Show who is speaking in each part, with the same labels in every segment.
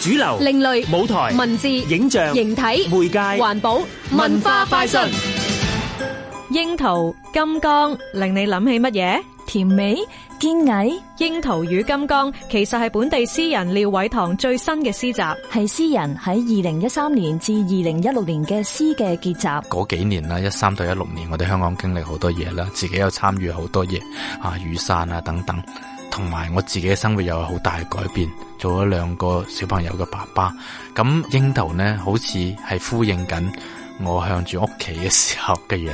Speaker 1: 主流、
Speaker 2: 另類
Speaker 1: 舞台、
Speaker 2: 文字
Speaker 1: 影像、
Speaker 2: 形體
Speaker 1: 媒介、
Speaker 2: 環保文化快訊。
Speaker 3: 櫻桃、金剛令你諗起乜嘢？
Speaker 4: 甜美堅毅
Speaker 3: 櫻桃與金剛其實係本地詩人廖偉棠最新嘅詩集。
Speaker 4: 係詩人喺二零一三年至二零一六年嘅詩嘅結集。
Speaker 5: 嗰幾年啦，一三到一六年，我哋香港經歷好多嘢啦，自己又參與好多嘢啊，雨傘啊等等，同埋我自己嘅生活又有好大嘅改變，做咗兩個小朋友嘅爸爸。咁櫻桃呢，好似係呼應緊。我向住屋企嘅時候嘅樣，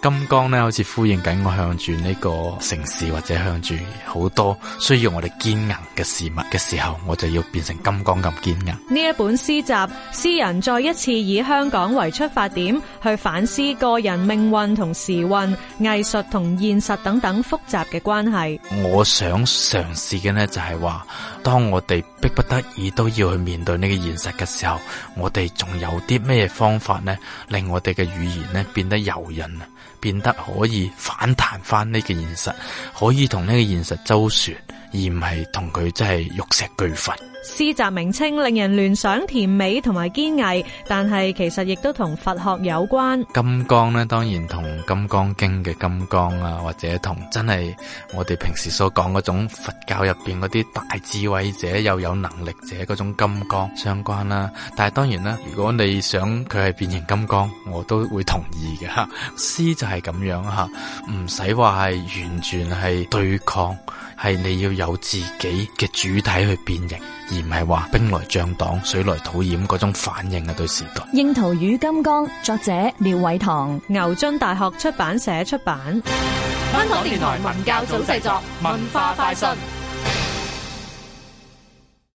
Speaker 5: 金剛咧好似呼應緊我向住呢個城市或者向住好多需要我哋堅硬嘅事物嘅時候，我就要變成金剛咁堅硬。
Speaker 3: 呢一本詩集，詩人再一次以香港為出發點，去反思個人命運同時運、藝術同現實等等複雜嘅關係。
Speaker 5: 我想嘗試嘅呢，就係話，當我哋迫不得已都要去面對呢個現實嘅時候，我哋仲有啲咩方法呢？令我哋嘅語言呢變得柔韌啊，變得可以反彈翻呢個現實，可以同呢個現實周旋，而唔係同佢真係玉石俱焚。
Speaker 3: 詩集名稱令人聯想甜美同埋堅毅，但係其實亦都同佛學有關。
Speaker 5: 金剛呢，當然同《金剛經》嘅金剛啊，或者同真係我哋平時所講嗰種佛教入邊嗰啲大智慧者又有能力者嗰種金剛相關啦。但係當然啦，如果你想佢係變形金剛，我都會同意嘅。詩就係咁樣吓，唔使話係完全係對抗，係你要有自己嘅主體去變形。而唔係話兵來將擋、水來土掩嗰種反應啊，對時代。
Speaker 4: 櫻桃與金剛，作者廖偉棠。
Speaker 3: 牛津大學出版社出版。
Speaker 2: 香港電台文教組製作，文化快訊。